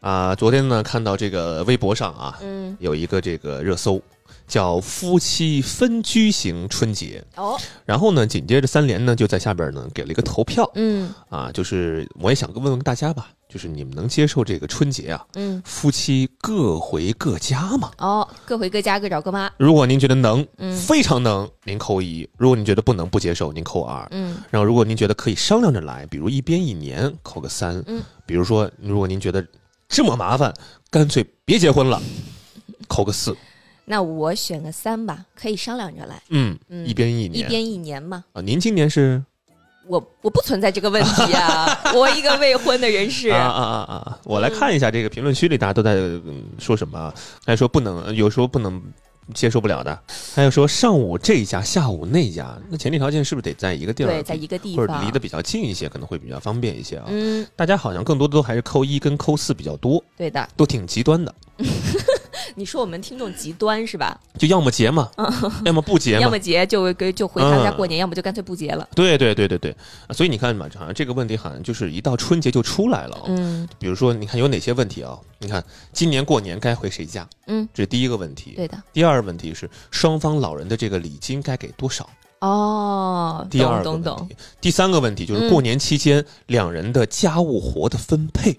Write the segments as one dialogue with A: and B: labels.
A: 啊，昨天呢，看到这个微博上啊，
B: 嗯，
A: 有一个这个热搜，啊叫“夫妻分居型春节
B: 哦，”。
A: 然后呢，紧接着三联呢就在下边呢给了一个投票
B: 嗯
A: 啊，就是我也想问问大家吧，就是你们能接受这个春节啊，
B: 嗯，
A: 夫妻各回各家吗？
B: 哦，各回各家，各找各妈。
A: 如果您觉得能，
B: 嗯
A: 非常能，您扣一；如果您觉得不能不接受，您扣二。
B: 嗯
A: 然后，如果您觉得可以商量着来，比如一边一年，扣个三。
B: 嗯，
A: 比如说，如果您觉得这么麻烦，干脆别结婚了，扣个四。
B: 那我选个三吧，可以商量着来。
A: 嗯，
B: 嗯
A: 一边一
B: 一
A: 年。
B: 边一年嘛，
A: 啊，您今年是
B: 我我不存在这个问题啊，我一个未婚的人士
A: 啊啊啊啊
B: 嗯
A: 啊！我来看一下这个评论区里大家都在、嗯说什么啊？还说不能，有时候不能接受不了的，还有说上午这一家，下午那家，那前提条件是不是得在一个地儿？
B: 对，在一个地
A: 或者离
B: 方
A: 得，比较近一些，可能会比较方便一些啊。
B: 嗯，
A: 大家好像更多的都还是扣一跟扣四比较多，
B: 对的。
A: 都挺极端的，
B: 你说我们听众极端是吧？
A: 就要么结 嘛，要么不结嘛
B: 要么。结就跟就回他家
A: 嗯
B: 过年，要么就干脆不结了。
A: 对对对对对，啊所以你看嘛，好像这个问题好像就是一到春节就出来了、哦。
B: 嗯，
A: 比如说，你看有哪些问题啊？你看今年过年该回谁家？
B: 嗯，
A: 这是第一个问题。
B: 对的。
A: 第二个问题是双方老人的这个礼金该给多少？
B: 哦，
A: 第二个
B: 懂
A: 问
B: 懂懂，
A: 题。第三个问题
B: 嗯
A: 就是过年期间两人的家务活的分配。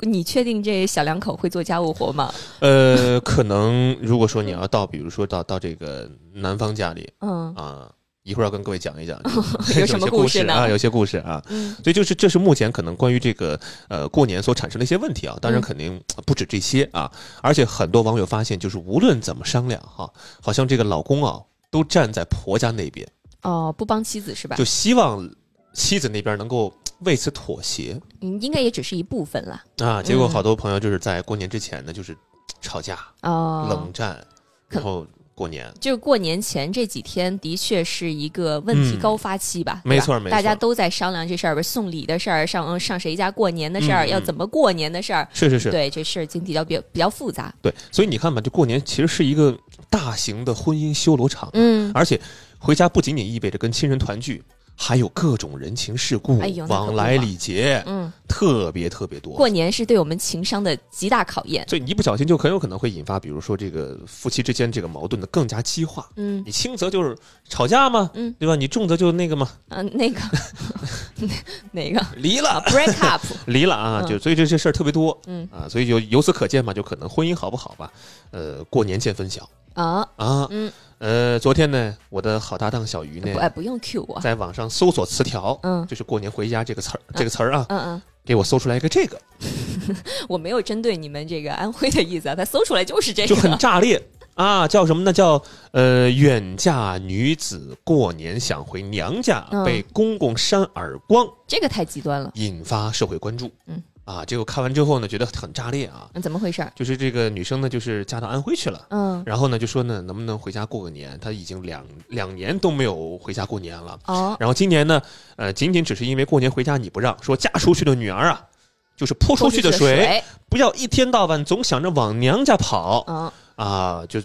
B: 你确定这小两口会做家务活吗？
A: 呃，可能如果说你要到，比如说到到这个男方家里
B: 嗯
A: 啊，一会儿要跟各位讲一 讲什
B: 有什么
A: 故
B: 故事呢
A: 啊，有些故事啊。
B: 嗯
A: 所以就是这是目前可能关于这个呃过年所产生的一些问题啊，当然
B: 嗯
A: 肯定呃不止这些啊，而且很多网友发现，就是无论怎么商量哈、好像这个老公啊都站在婆家那边，
B: 哦，不帮妻子是吧
A: 就？希望妻子那边能够为此妥协
B: 嗯，应该也只是一部分啦。
A: 啊。结果
B: 嗯
A: 好多朋友就是在过年之前呢，就是吵架、
B: 哦，
A: 冷战，
B: 可
A: 然后过年。
B: 就是过年前这几天，的确是一个问题高发期吧，
A: 嗯
B: 对吧
A: 没错没错
B: 大家都在商量这事儿，送礼的事儿，上上谁家过年的事
A: 嗯
B: 儿，
A: 嗯
B: 要怎么过年的事儿，
A: 是是是，
B: 对，这事儿已经比较比较比较复杂，
A: 对，所以你看吧，就过年其实是一个大型的婚姻修罗场，
B: 嗯，
A: 而且回家不仅仅意味着跟亲人团聚，还有各种人情世故、
B: 哎呦那可不
A: 往来礼节，
B: 嗯，
A: 特别特别多。
B: 过年是对我们情商的极大考验，
A: 所以你一不小心就很有可能会引发，比如说这个夫妻之间这个矛盾的更加激化。
B: 嗯
A: 你轻则就是吵架嘛，
B: 嗯
A: 对吧？你重则就那个嘛，
B: 嗯、 那个哪个
A: 离了，
B: break up，
A: 离了啊，
B: 嗯
A: 就所以这这事儿特别多，
B: 嗯
A: 啊，所以就由此可见嘛，就可能婚姻好不好吧，呃，过年见分晓
B: 啊，
A: 啊。
B: 嗯，
A: 呃，昨天呢，我的好搭档小鱼呢
B: 不，哎不用 cue 我，
A: 在网上搜索词条，
B: 嗯
A: 就是过年回家这个词儿，这个词儿啊，
B: 嗯嗯，
A: 给我搜出来一个这个，
B: 我没有针对你们这个安徽的意思啊，他搜出来就是这
A: 就很
B: 个，
A: 炸裂啊，叫什么呢？叫呃，远嫁女子过年想回娘家，
B: 嗯
A: 被公公扇耳光，
B: 这个太极端了，
A: 引发社会关注。
B: 嗯，
A: 啊，这个看完之后呢，觉得很炸裂啊，
B: 嗯，怎么回事儿？
A: 就是这个女生呢，就是嫁到安徽去了。
B: 嗯，
A: 然后呢，就说呢，能不能回家过个年？她已经两两年都没有回家过年了。
B: 哦，
A: 然后今年呢，呃，仅仅只是因为过年回家你不让，说嫁出去的女儿啊，就是泼出去的
B: 泼
A: 水，不要一天到晚总想着往娘家跑
B: 嗯
A: 啊！就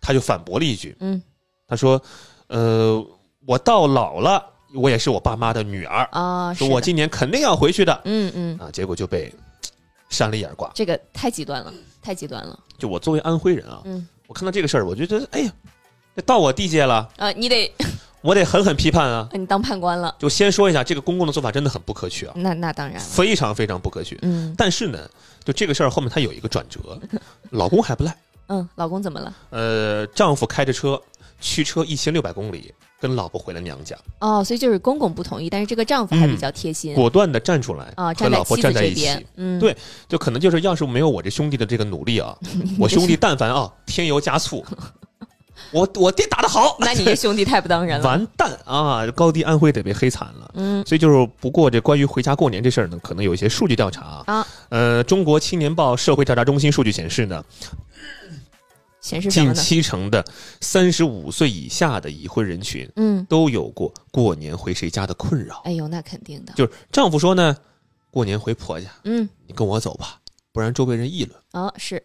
A: 他就反驳了一句，
B: 嗯
A: 他说：“呃，我到老了，我也是我爸妈的女儿，
B: 啊，
A: 说
B: 是
A: 我
B: 的
A: 今年肯定要回去的
B: 嗯嗯，
A: 啊！”结果就被嘖扇了一耳光。
B: 这个太极端了，太极端了。
A: 就我作为安徽人啊，
B: 嗯，
A: 我看到这个事儿，我就觉得，哎呀，这到我地界了，
B: 呃，你得
A: 我得狠狠批判啊！
B: 你当判官了，
A: 就先说一下，这个公共的做法真的很不可取啊，
B: 那那当然了。
A: 非常非常不可取。
B: 嗯
A: 但是呢，就这个事儿后面它有 一个转折，老公还不赖，
B: 嗯，老公怎么了？
A: 呃，丈夫开着车驱车一千六百公里跟老婆回了娘家，
B: 哦，所以就是公公不同意，但是这个丈夫还比较贴心
A: 果断的站出来嗯
B: 啊，
A: 和
B: 站在
A: 老婆
B: 妻
A: 站
B: 子
A: 在
B: 这
A: 一起。
B: 边，嗯，
A: 对就可能就是要是没有我这兄弟的这个努力 啊，我兄弟但凡啊添油加醋，我我爹打得好，
B: 那你这兄弟太不当人了，
A: 完蛋啊！高低安徽得被黑惨了。
B: 嗯，
A: 所以就是，不过这关于回家过年这事儿呢，可能有一些数据调查啊。
B: 啊
A: 呃，中国青年报社会调查中心数据显示呢，
B: 显示什么
A: 近
B: 呢？
A: 七成的三十五岁以下的已婚人群
B: 嗯，
A: 都有过过年回谁家的困扰。
B: 哎呦，那肯定的，
A: 就是丈夫说呢，过年回婆家，
B: 嗯，
A: 你跟我走吧，不然周围人议论。
B: 哦，是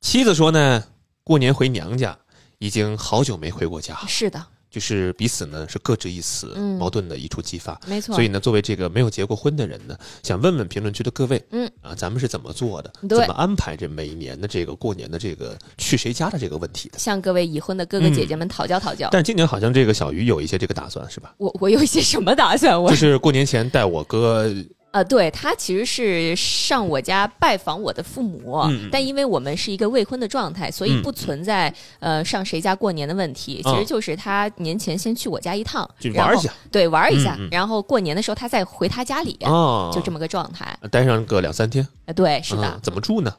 A: 妻子说呢，过年回娘家，已经好久没回过家，
B: 是的，
A: 就是彼此呢是各执一词，
B: 嗯
A: 矛盾的一触即发。
B: 没错，
A: 所以呢，作为这个没有结过婚的人呢，想问问评论区的各位，
B: 嗯
A: 啊，咱们是怎么做的，
B: 对
A: 怎么安排这每年的这个过年的这个去谁家的这个问题的？
B: 向各位已婚的哥哥姐姐们讨教讨教。
A: 嗯但今年好像这个小鱼有一些这个打算是吧？
B: 我我有一些什么打算？我
A: 就是过年前带我哥，
B: 啊，对他其实是上我家拜访我的父母，
A: 嗯嗯
B: 但因为我们是一个未婚的状态，所以
A: 嗯
B: 不存在、呃上谁家过年的问题。其实
A: 嗯
B: 就是他年前先去我家一趟，
A: 就
B: 然
A: 玩一
B: 后
A: 下，
B: 对，玩一下，
A: 嗯嗯
B: 然后过年的时候他再回他家里，
A: 啊，
B: 就这么个状态。
A: 么待上个两三天，
B: 呃对，是的，
A: 啊怎么住呢？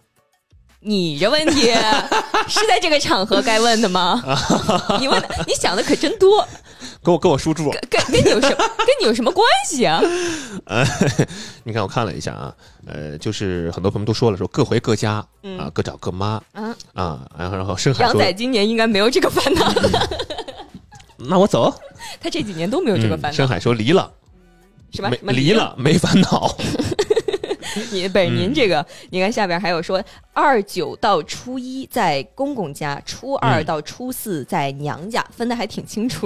B: 你这问题是在这个场合该问的吗？ 你问的，你想的可真多，
A: 给我给我输住，
B: 跟跟你有什么跟你有什么关系啊？
A: 你看我看了一下啊，呃，就是很多朋友都说了，说各回各家
B: 嗯
A: 啊，各找各妈
B: 嗯，
A: 啊，然后然后深海
B: 杨
A: 说
B: 仔，今年应该没有这个烦恼了，
A: 那我走，
B: 他这几年都没有这个
A: 嗯
B: 烦恼
A: 深，海说离了，
B: 什么
A: 没
B: 什么
A: 离了没烦恼，
B: 你不是
A: 嗯
B: 您这个，你看下边还有说，二九到初一在公公家，初二
A: 嗯
B: 到初四在娘家，分的还挺清楚。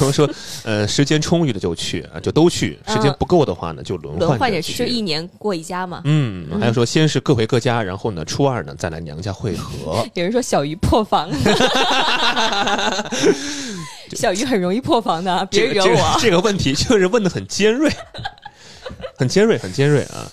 A: 我说呃，时间充裕的就去啊，就都去；时间
B: 嗯
A: 不够的话呢，就轮
B: 轮换
A: 换
B: 着去，
A: 去。
B: 就一年过一家嘛。
A: 嗯，
B: 嗯
A: 还有说先是各回各家，然后呢，初二呢再来娘家会合。
B: 有人说小鱼破 防，小鱼很容易破防的，啊别
A: 这个
B: 惹
A: 这个
B: 我。
A: 这个问题就是问的很尖锐，很尖锐，很尖锐啊。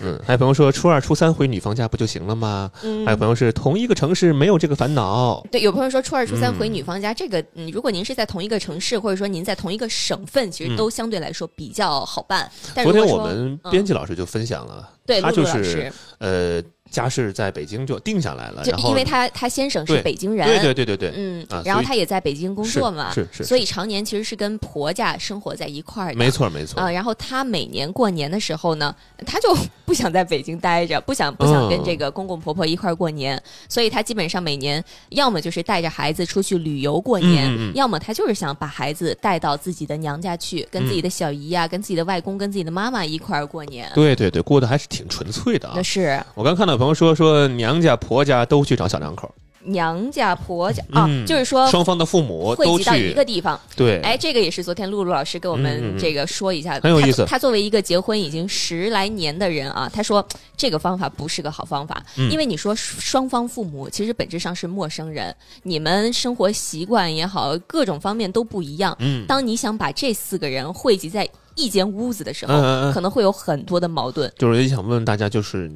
A: 嗯，还有朋友说初二、初三回女方家不就行了吗？还有
B: 嗯，
A: 朋友是同一个城市没有这个烦恼，
B: 对，有朋友说初二、初三
A: 嗯
B: 回女方家，这个嗯，如果您是在同一个城市，或者说您在同一个省份，其实
A: 嗯
B: 都相对来说比较好办。但
A: 昨
B: 如果
A: 天我
B: 说
A: 们
B: 嗯
A: 编辑老师就分享了，
B: 对
A: 他
B: 陆陆
A: 就
B: 老
A: 是
B: 师，
A: 呃家是在北京就定下来了，
B: 就
A: 然后
B: 因为他他先生是
A: 对
B: 北京人，
A: 对对对对对，
B: 嗯
A: 啊，
B: 然后
A: 所以
B: 她也在北京工作嘛，
A: 是是是
B: 所以常年其实是跟婆家生活在一块儿的，
A: 没错没错
B: 啊、，然后她每年过年的时候呢，她就 不想在北京待着，不想不想跟这
A: 嗯
B: 个公公婆婆一块儿过年，所以她基本上每年要么就是带着孩子出去旅游过年，
A: 嗯嗯嗯
B: 要么她就是想把孩子带到自己的娘家去，跟
A: 嗯
B: 自己的小姨呀、跟自己的外公、跟自己的妈妈一块儿过年。
A: 对对对，过得还是挺纯粹的啊
B: 那。是
A: 我刚看到有朋友说说娘家婆家都去找小两口，
B: 娘家婆家啊，
A: 嗯
B: 就是说
A: 双方的父母
B: 汇
A: 都
B: 集到一
A: 去
B: 个，地方，
A: 对，
B: 哎，这个也是昨天露露老师给我
A: 嗯
B: 们
A: 嗯嗯
B: 这个说一下的，
A: 很有意思
B: 他他作为一个结婚已经十来年的人啊，他说这个方法不是个好方法，
A: 嗯
B: 因为你说双方父母其实本质上是陌生人，你们生活习惯也好，各种方面都不一样。
A: 嗯
B: 当你想把这四个人汇集在一间屋子的时候，
A: 嗯嗯嗯
B: 可能会有很多的矛盾。
A: 就是也想问问大家，就是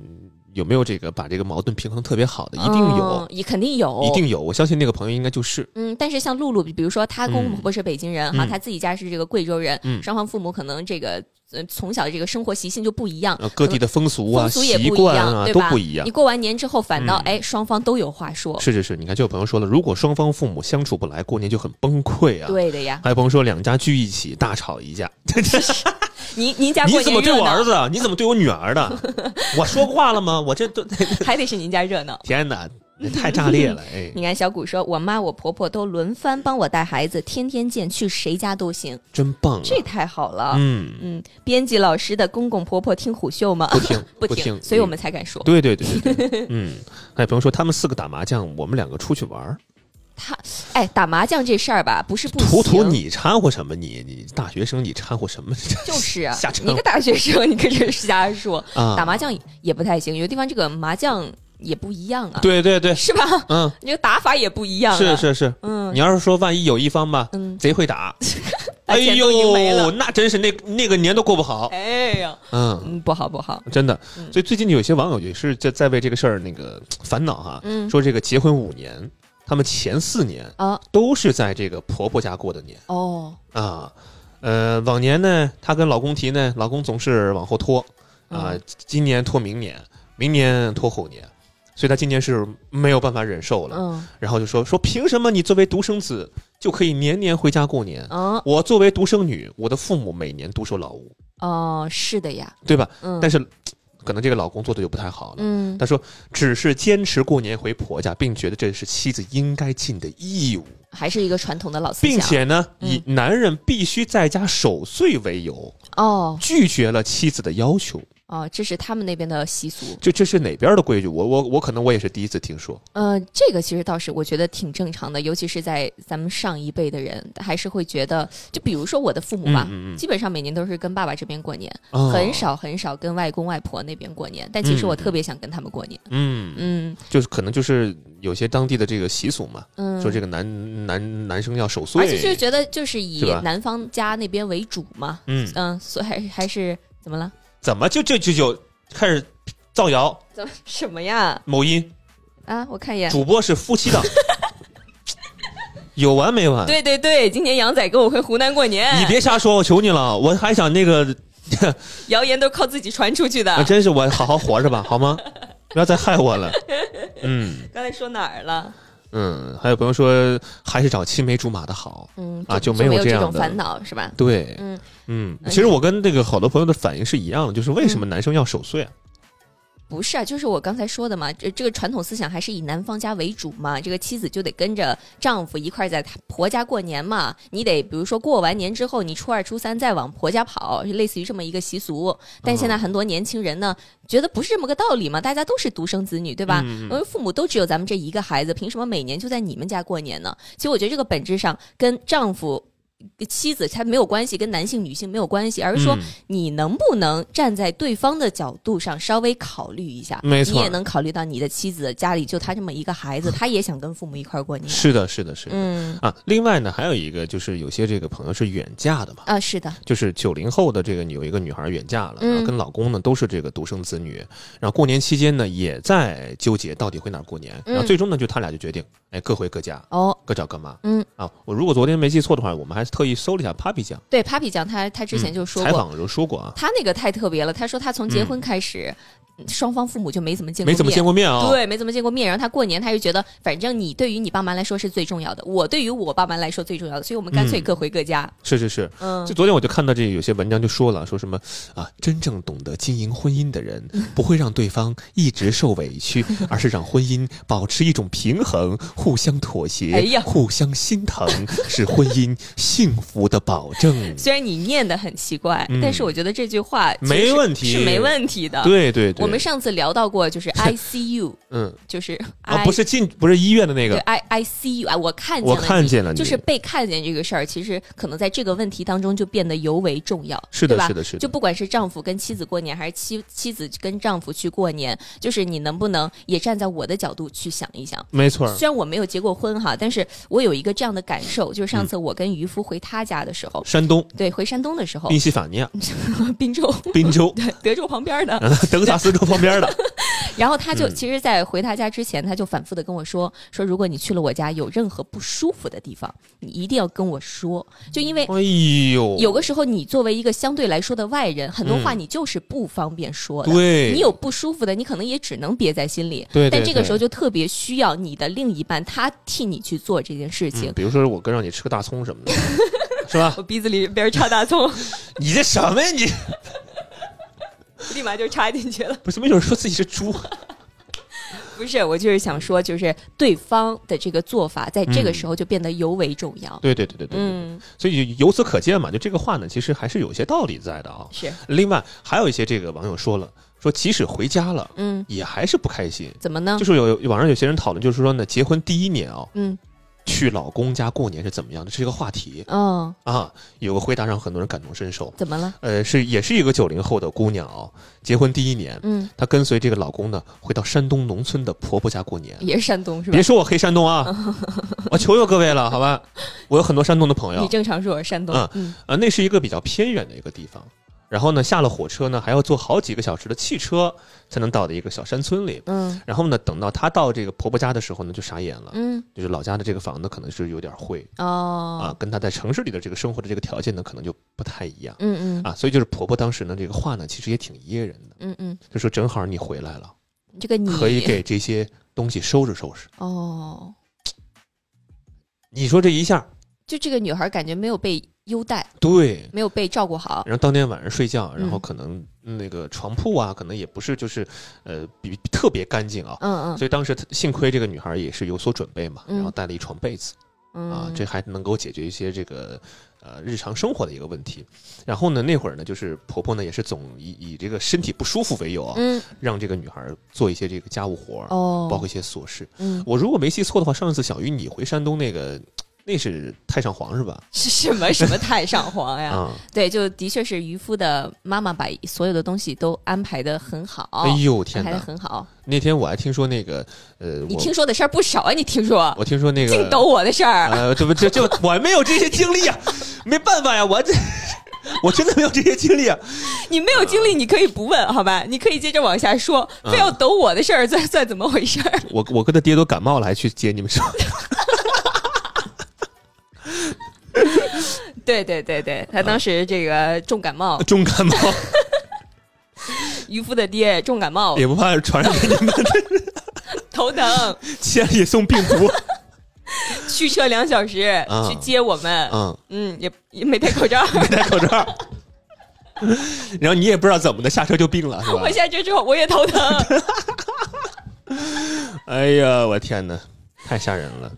A: 有没有这个把这个矛盾平衡特别好的，一定有
B: 嗯，也肯定有，
A: 一定有，我相信那个朋友应该就是，
B: 嗯，但是像露露，比如说她公公
A: 嗯
B: 婆婆是北京人哈，
A: 嗯
B: 她自己家是这个贵州人，
A: 嗯
B: 双方父母可能这个呃从小这个生活习性就不一样，
A: 呃各地的风俗啊、
B: 风俗也
A: 习
B: 不一
A: 惯
B: 样，
A: 啊
B: 对
A: 都
B: 吧？
A: 不一样
B: 你。过完年之后，反倒
A: 嗯
B: 哎、双方都有话说，
A: 是是是，你看，就有朋友说了，如果双方父母相处不来，过年就很崩溃啊。，
B: 对的呀。
A: 还有朋友说两家聚一起大吵一架，
B: 您您家过
A: 你怎么
B: 年
A: 对
B: 热
A: 我儿
B: 闹，
A: 子啊？你怎么对我女儿的？我说过话了吗？我这都
B: 还得是您家热闹。
A: 天哪，太炸裂了！哎，
B: 你看，小谷说：“我妈、我婆婆都轮番帮我带孩子，天天见，去谁家都行，
A: 真棒、啊！
B: 这太好了。
A: 嗯，
B: 嗯，编辑老师的公公婆婆听虎嗅吗？
A: 不听
B: 不
A: 不听，
B: 所以我们才敢说
A: 嗯。对对对对对，嗯，还有朋友说他们四个打麻将，我们两个出去玩儿，
B: 他哎，打麻将这事儿吧，不是不行，
A: 图图你掺和什么？你你大学生你掺和什么？
B: 就是啊
A: 瞎，扯
B: 你个大学生，你跟这瞎说，
A: 啊，
B: 打麻将也不太行，有的地方这个麻将也不一样啊，
A: 对对对，
B: 是吧？
A: 嗯，
B: 你这个打法也不一样、啊，
A: 是，是是，
B: 嗯
A: 你要是说万一有一方吧，
B: 嗯，
A: 贼会打，
B: 把
A: 哎
B: 钱都赢没了
A: 呦，那真是那那个年都过不好，
B: 哎呀，
A: 嗯。
B: 嗯，不好不好，
A: 真的，
B: 嗯
A: 所以最近有些网友也是在在为这个事儿那个烦恼哈、
B: 嗯
A: 说这个结婚五年，他们前四年
B: 啊
A: 都是在这个婆婆家过的年
B: 哦
A: 啊。呃，往年呢，她跟老公提呢，老公总是往后拖啊、
B: 嗯
A: 今年拖明年，明年拖后年，所以她今年是没有办法忍受了，
B: 嗯
A: 然后就说说凭什么你作为独生子就可以年年回家过年？
B: 啊
A: 我作为独生女，我的父母每年独守老屋，
B: 哦，是的呀，
A: 对吧？
B: 嗯，
A: 但
B: 是
A: 是可能这个老公做的就不太好了。
B: 嗯
A: 他说，只是坚持过年回婆家，并觉得这是妻子应该尽的义务，
B: 还是一个传统的老思想，嗯
A: 并且呢，以男人必须在家守岁为由，
B: 哦
A: 拒绝了妻子的要求。
B: 哦，这是他们那边的习俗。
A: 这这是哪边的规矩？我我我可能我也是第一次听说。
B: 呃，这个其实倒是我觉得挺正常的，尤其是在咱们上一辈的人，还是会觉得，就比如说我的父母吧，
A: 嗯嗯嗯
B: 基本上每年都是跟爸爸这边过年，
A: 啊
B: 很。少很少跟外公外婆那边过年。但其
A: 嗯
B: 实我特别想跟他们过年。
A: 嗯，
B: 嗯
A: 就是可能就是有些当地的这个习俗嘛，
B: 嗯，
A: 说这个男男男生要守岁，
B: 而且就是觉得就是以
A: 是吧
B: 男方家那边为主嘛，
A: 嗯，
B: 嗯，所以还还是怎么了？
A: 怎么就就就就开始造谣？
B: 怎么什么呀？
A: 某音
B: 啊，我看一眼。
A: 主播是夫 妻档，有完没完？
B: 对对对，今年杨仔跟我回湖南过年，
A: 啊你别瞎说，我求你了，我还想那个，
B: 谣言都靠自己传出去的。
A: 啊真是我好好活着吧，好吗？不要再害我了。嗯
B: 刚才说哪儿了？
A: 嗯，还有朋友说还是找青梅竹马的好，
B: 嗯
A: 啊就
B: 就
A: 没有
B: 有
A: 这样
B: 种
A: 的
B: 烦恼是吧？
A: 对，
B: 嗯
A: 嗯，
B: 哎
A: 其实我跟这个好多朋友的反应是一样的，就是为什么男生要守岁啊？
B: 不是啊，就是我刚才说的嘛，这这个传统思想还是以男方家为主嘛，这个妻子就得跟着丈夫一块儿在她婆家过年嘛，你得比如说过完年之后，你初二、初三再往婆家跑，类似于这么一个习俗。但现在
A: 嗯
B: 很多年轻人呢，觉得不是这么个道理嘛，大家都是独生子女，对吧？
A: 嗯
B: 因为父母都只有咱们这一个孩子，凭什么每年就在你们家过年呢？其实我觉得这个本质上跟丈夫。跟妻子才没有关系，跟男性、女性没有关系，而是说
A: 嗯
B: 你能不能站在对方的角度上稍微考虑一下？
A: 没错
B: 你也能考虑到你的妻子家里就他这么一个孩子，他也想跟父母一块儿过年。
A: 是的，是的，是的。
B: 嗯
A: 啊，另外呢，还有一个就是有些这个朋友是远嫁的嘛，
B: 啊，是的，
A: 就是九零后的这个有一个女孩远嫁了，
B: 嗯
A: 然后跟老公呢都是这个独生子女，然后过年期间呢也在纠结到底回哪儿过年，
B: 嗯
A: 然后最终呢就他俩就决定，哎，各回各家，
B: 哦，
A: 各找各妈。
B: 嗯，
A: 啊，我如果昨天没记错的话，我们还特意搜了一下 Papi 酱，
B: 对，Papi 讲他他之前就说
A: 嗯采
B: 过，
A: 访的时候说过啊，
B: 他那个太特别了，他说他从结婚开始，嗯双方父母就没怎么见过
A: 没
B: 面，
A: 怎么见过面啊、
B: 对，没怎么见过面，然后他过年他就觉得，反正你对于你爸妈来说是最重要的，我对于我爸妈来说最重要的，所以我们干脆
A: 嗯
B: 各回各家。
A: 是是是。
B: 嗯
A: 就昨天我就看到这有些文章就说了，说什么啊，真正懂得经营婚姻的人，
B: 嗯
A: 不会让对方一直受委 屈，而是让婚姻保持一种平衡，互相妥协，
B: 哎呀。
A: 互相心疼，是婚姻幸福的保证
B: 虽然你念得很奇怪，
A: 嗯
B: 但是我觉得这句话其实
A: 没
B: 是
A: 问题
B: 是没问题的。
A: 对对对，
B: 啊我们上次聊到过，就是 I see you，
A: 嗯
B: 就是
A: 啊，
B: I
A: 不是进不是医院的那
B: 哎对
A: 个，
B: I I see you，啊，我看见
A: 我看见了你
B: 就是被看见这个事儿，其实可能在这个问题当中就变得尤为重要，
A: 是的
B: 对吧
A: 是的是的
B: 就不管是丈夫跟妻子过年，还是妻妻子跟丈夫去过年，就是你能不能也站在我的角度去想一想。
A: 没错儿，
B: 虽然我没有结过婚哈，但是我有一个这样的感受，就是上次我跟渔夫回他家的时候，
A: 山东
B: 对，回山东的时候
A: 宾，夕法尼 亚、
B: 滨州，
A: 宾州、
B: 哦对，德州旁边的，
A: 德克萨斯州旁边 的，
B: 然后他就其实，在回他家之前，他就反复的跟我说说，如果你去了我家有任何不舒服的地方，你一定要跟我说，就因为。
A: 哎呦，
B: 有个时候，你作为一个相对来说的外人，很多
A: 嗯
B: 话你就是不方便说的。
A: 对，
B: 你有不舒服的，你可能也只能憋在心里。
A: 对对
B: 但这个
A: 对
B: 时候就特别需要你的另一半，他替你去做这件事情
A: 嗯，。比如说我跟让你吃个大葱什么 的，是吧？
B: 我鼻子里边插大葱，
A: 你这什么呀你？
B: 立马就插进去了。
A: 不是，没准说自己是猪。
B: 不是，我就是想说，就是对方的这个做法，在这个时候就变得尤为重要。
A: 对对嗯对对对，
B: 嗯，
A: 所以由此可见嘛，就这个话呢，其实还是有些道理在的啊。
B: 是，
A: 另外，还有一些这个网友说了，说即使回家了，
B: 嗯，
A: 也还是不开心。
B: 怎么呢
A: 就？是有网上有些人讨论，就是说呢，结婚第一年啊，
B: 嗯，
A: 去老公家过年是怎么样的，这是一个话题
B: 哦，
A: 啊。有个回答让很多人感同身受，
B: 怎么了？
A: 呃，是也是一个九零后的姑娘啊，结婚第一年，
B: 嗯，
A: 她跟随这个老公呢，回到山东农村的婆婆家过年。
B: 也是山东是吧
A: 别？说我黑山东 啊，我求求各位了，好吧？我有很多山东的朋友
B: 你，正常说我是山东
A: 嗯，
B: 嗯，
A: 啊，那是一个比较偏远的一个地方，然后呢，下了火车呢，还要坐好几个小时的汽车才能到的一个小山村里。
B: 嗯
A: 然后呢，等到她到这个婆婆家的时候呢，就傻眼了，
B: 嗯
A: 就是老家的这个房子可能是有点灰啊
B: 哦，，
A: 跟她在城市里的这个生活的这个条件呢，可能就不太一样
B: 嗯嗯
A: 啊。所以就是婆婆当时呢，这个话呢，其实也挺噎人的，
B: 嗯嗯，
A: 就说正好你回来了，
B: 这个你
A: 可以给这些东西收拾收拾。
B: 哦，
A: 你说这一下，
B: 就这个女孩感觉没有被优待，
A: 对，
B: 没有被照顾好。
A: 然后当天晚上睡觉，然后
B: 嗯
A: 可能那个床铺啊，可能也不是就是呃比特别干净啊。
B: 嗯
A: 所以当时她幸亏这个女孩也是有所准备嘛，
B: 嗯
A: 然后带了一床被子
B: 嗯
A: 啊，这还能够解决一些这个呃日常生活的一个问题。然后呢，那会儿呢，就是婆婆呢也是总以以这个身体不舒服为由啊，
B: 嗯
A: 让这个女孩做一些这个家务活儿，
B: 哦，
A: 包括一些琐事。
B: 嗯
A: 我如果没记错的话，上次小鱼你回山东那个，那是太上皇是吧？
B: 是什么什么太上皇呀？
A: 啊，
B: 对，哦就的确是渔夫的妈妈把所有的东西都安排的很好，
A: 哎呦天
B: 安排的
A: 哪！
B: 很好。
A: 那天我还听说那个，呃，
B: 你
A: 我
B: 听说的事儿不少啊，你听说？
A: 我听说那个，
B: 净抖我的事儿。
A: 呃，这不这这我没有这些经历啊， 没办法呀，我这 我真的没有这些经历啊。
B: 你没有经历，你可以不问，好吧？你可以接着往下说，
A: 嗯
B: 非要抖我的事儿，算算怎么回事儿？
A: 我我跟他爹都感冒了，还去接你们说，
B: 对对对对，
A: 嗯
B: 他当时这个重感冒，
A: 重感 冒
B: 渔夫的爹重感冒，
A: 也不怕传染给你们，
B: 头 疼，
A: 千里送病毒。
B: 驱车两小时
A: 啊
B: 去接我们，
A: 嗯，
B: 嗯，也也没戴口 罩。
A: 没戴口罩，然后你也不知道怎么的，下车就病了，是吧
B: 我？下车之后我也头疼，
A: 哎呀，我天哪，太吓人了。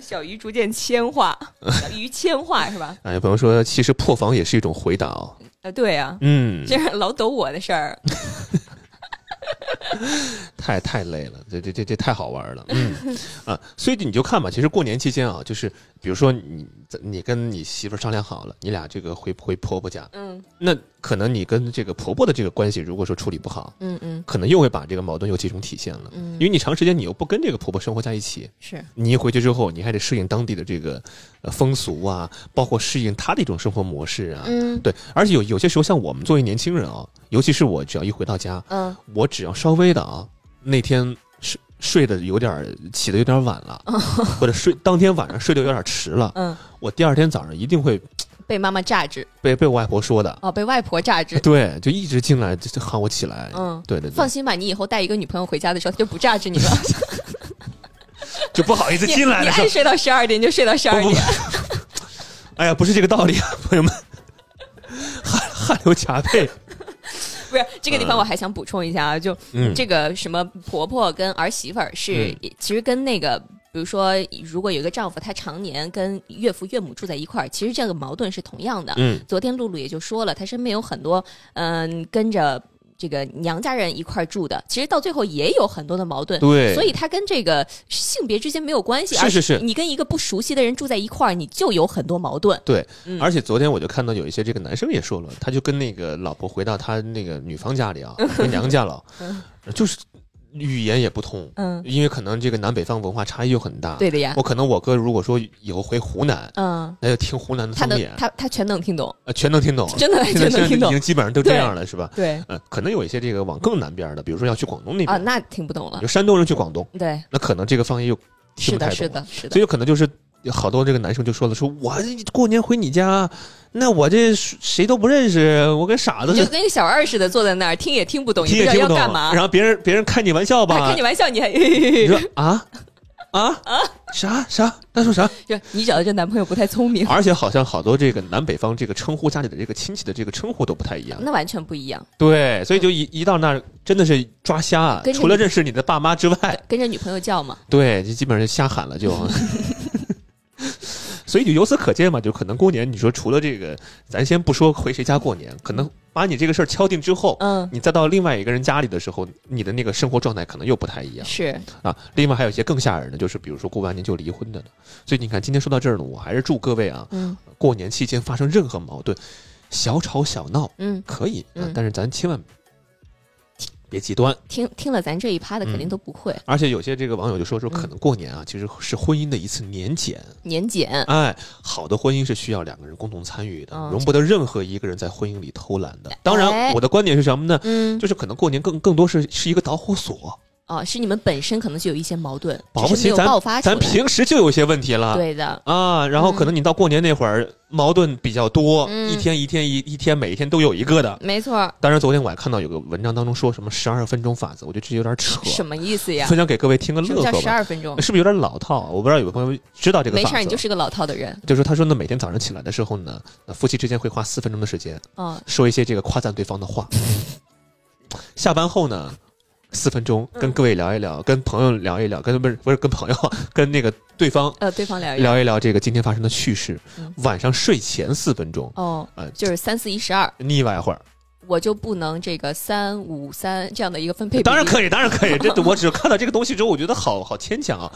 B: 小鱼逐渐铅化，小鱼铅化是吧？
A: 哎，朋友说，其实破防也是一种回答哦。
B: 啊，对啊，
A: 嗯，
B: 这样老抖我的事儿，
A: 太太累了，这这这这太好玩了，嗯 啊，所以你就看吧，其实过年期间啊，就是比如说你你跟你媳妇儿商量好了，你俩这个回回婆婆家，
B: 嗯
A: 那可能你跟这个婆婆的这个关系，如果说处理不好，
B: 嗯嗯
A: 可能又会把这个矛盾又集中体现了，因
B: 嗯，
A: 为你长时间你又不跟这个婆婆生活在一起，
B: 是，
A: 你一回去之后，你还得适应当地的这个呃风俗啊，包括适应她的一种生活模式啊，
B: 嗯
A: 对，而且有有些时候像我们作为年轻人啊，尤其是我只要一回到家，
B: 嗯
A: 我只要稍微的啊，那天睡睡的有点儿起的有点儿晚 了，或者睡当天晚上睡得有点儿迟了，
B: 嗯，
A: 我第二天早上一定会
B: 被妈妈榨汁
A: 被被我外婆说的，
B: 哦，被外婆榨 汁，
A: 对，就一直进来就就喊我起来，
B: 嗯。
A: 对对
B: 放
A: 对，
B: 心吧，你以后带一个女朋友回家的时候，她就不榨汁你 了。
A: 就不好意思
B: 你
A: 进来
B: 你
A: 了，
B: 爱睡到十二点就睡到十二
A: 不
B: 点
A: 不。 哎呀，不是这个道理啊，朋友们， 汗汗流浃背，
B: 不是这个地方，我还想补充一下啊，就
A: 嗯，
B: 这个什么婆婆跟儿媳妇儿是，其实跟那个。比如说，如果有一个丈夫，他常年跟岳父岳母住在一块儿，其实这个矛盾是同样的。
A: 嗯
B: 昨天露露也就说了，她身边有很多嗯、跟着这个娘家人一块儿住的，其实到最后也有很多的矛盾。
A: 对
B: 所以她跟这个性别之间没有关系，
A: 是
B: 而
A: 是是
B: 你跟一个不熟悉的人住在一块儿，你就有很多矛盾。
A: 对，
B: 嗯
A: 而且昨天我就看到有一些这个男生也说了，他就跟那个老婆回到他那个女方家里 啊，回娘家了，就是语言也不通，
B: 嗯，
A: 因为可能这个南北方文化差异又很大。
B: 对的呀
A: 我，可能我哥如果说以后回湖南，
B: 嗯，
A: 那就听湖南的
B: 他
A: 方
B: 能
A: 言，
B: 他他全能听懂，
A: 呃全能听懂，
B: 真的
A: 现在
B: 全能听
A: 现在已
B: 懂
A: 经。基本上都这样了，是吧？
B: 对
A: 呃，可能有一些这个往更南边的，比如说要去广东那
B: 啊，
A: 边，
B: 嗯那听不懂了
A: 有。山东人去广东，
B: 对，
A: 那可能这个方言又听
B: 是
A: 不太
B: 的，
A: 懂。
B: 是的，是
A: 所
B: 的。
A: 以有可能就是好多这个男生就说了，说我过年回你家，那我这谁都不认识，我跟傻子
B: 你就
A: 似的，
B: 跟个小二似的，坐在那儿听也听不懂，
A: 听
B: 不
A: 也
B: 知
A: 听
B: 道
A: 不
B: 要
A: 懂。
B: 干嘛。
A: 然后别人别人开你玩笑
B: 他
A: 吧
B: 开你，玩笑，你还
A: 你说啊啊啊啥啥？他说啥？
B: 就你找的这男朋友不太聪明，
A: 而且好像好多这个南北方这个称呼家里的这个亲戚的这个称呼都不太一样。
B: 那完全不一样。
A: 对，所以就一一到那儿真的是抓瞎啊
B: 跟，着
A: 除了
B: 你
A: 认识你的爸妈之外，
B: 跟着女朋友叫嘛，
A: 对，就基本上瞎喊了就。所以就由此可见嘛，就可能过年，你说除了这个，咱先不说回谁家过年，可能把你这个事儿敲定之后，
B: 嗯，
A: 你再到另外一个人家里的时候，你的那个生活状态可能又不太一样
B: 是，
A: 啊。另外还有一些更吓人的，就是比如说过完年就离婚的呢。所以你看，今天说到这儿呢，我还是祝各位啊，
B: 嗯
A: 过年期间发生任何矛盾，小吵小闹
B: 嗯，
A: 可以，啊
B: 嗯
A: 但是咱千万别极端。
B: 听听了咱这一趴的肯定都不会
A: 而且有些这个网友就说说，
B: 嗯
A: 可能过年啊，其实是婚姻的一次年检。
B: 年检，
A: 哎，好的婚姻是需要两个人共同参与的
B: 嗯，
A: 容不得任何一个人在婚姻里偷懒的。
B: 哎
A: 当然，我的观点是什么呢？
B: 嗯，
A: 就是可能过年更更多是是一个导火索，
B: 哦，是你们本身可能就有一些矛盾，
A: 保不
B: 只是没
A: 齐
B: 有
A: 咱
B: 爆发出
A: 咱
B: 来。
A: 平时就有些问题了。
B: 对的，
A: 啊，然后可能你到过年那会儿矛盾比较多，
B: 嗯
A: 一天一天一一天，每一天都有一个的。
B: 没错儿，
A: 当然，昨天我还看到有个文章当中说什么十二分钟法则，我觉得这有点扯，
B: 什么意思呀？
A: 分享给各位听个
B: 什么
A: 乐
B: 叫
A: 呵
B: 十
A: 吧。
B: 二分钟？
A: 是不是有点老套啊？我不知道有没有朋友知道这个
B: 没
A: 法则。
B: 事儿，你就是个老套的人。
A: 就说他说呢，每天早上起来的时候呢，呃夫妻之间会花四分钟的时间
B: 嗯，
A: 说一些这个夸赞对方的话。 下班后呢，四分钟
B: 嗯
A: 跟各位聊一聊，跟朋友聊一聊，跟不是不是跟朋友，跟那个对方
B: 呃，对方聊一聊。
A: 聊一聊这个今天发生的趣事。
B: 嗯
A: 晚上睡前四分钟，
B: 哦，
A: 呃，
B: 就是三四一十二，
A: 腻歪会儿。
B: 我就不能这个三五三这样的一个分配比例。
A: 当然可以，当然可以。这我只看到这个东西之后，我觉得好好牵强啊！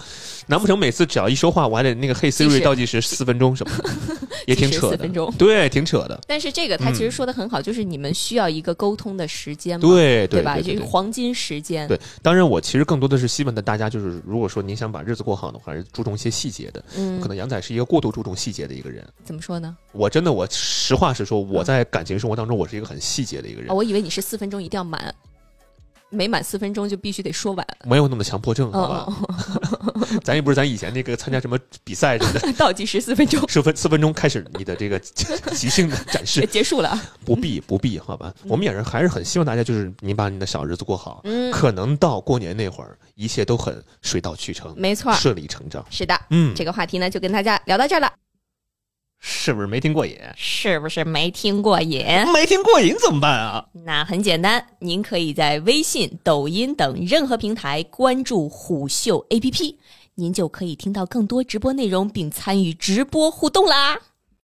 A: 难不成每次只要一说话，我还得那个嘿
B: 计时
A: Siri 倒计时四分钟什么的， 也挺扯
B: 四
A: 的
B: 分。钟。
A: 对，挺扯的。
B: 但是这个他其实说的很好，就是你们需要一个沟通的时嗯间
A: 嗯
B: 嘛，
A: 对
B: 对吧？
A: 对
B: 这
A: 对
B: 是黄金时间。
A: 对，当然我其实更多的是希望的大家就是，如果说您想把日子过好的话，还是注重一些细节的。
B: 嗯
A: 可，能杨仔是一个过度注重细节的一个人。
B: 怎么说呢？
A: 我真的，我实话实说，我在感情生活当中，我是一个很细节的一个人
B: 嗯哦，，我以为你是四分钟一定要满，每满四分钟就必须得说完。
A: 没有那么强迫症，好吧？
B: 哦，
A: 咱也不是咱以前那个参加什么比赛似的，
B: 哦倒计时四 分钟
A: 十分四分钟开始你的这个 即兴的展示，
B: 结束了。
A: 不必不必，好吧？我们也是还是很希望大家就是你把你的小日子过好，
B: 嗯，
A: 可能到过年那会儿一切都很水到渠成，
B: 没错儿，
A: 顺理成章。
B: 是的。
A: 嗯，
B: 这个话题呢，就跟大家聊到这儿了，
A: 是不是没听过
B: 哎
A: 瘾？
B: 是不是没听过瘾？
A: 没听过瘾怎么办啊？
B: 那很简单，您可以在微信、抖音等任何平台关注虎嗅 APP，您就可以听到更多直播内容，并参与直播互动啦。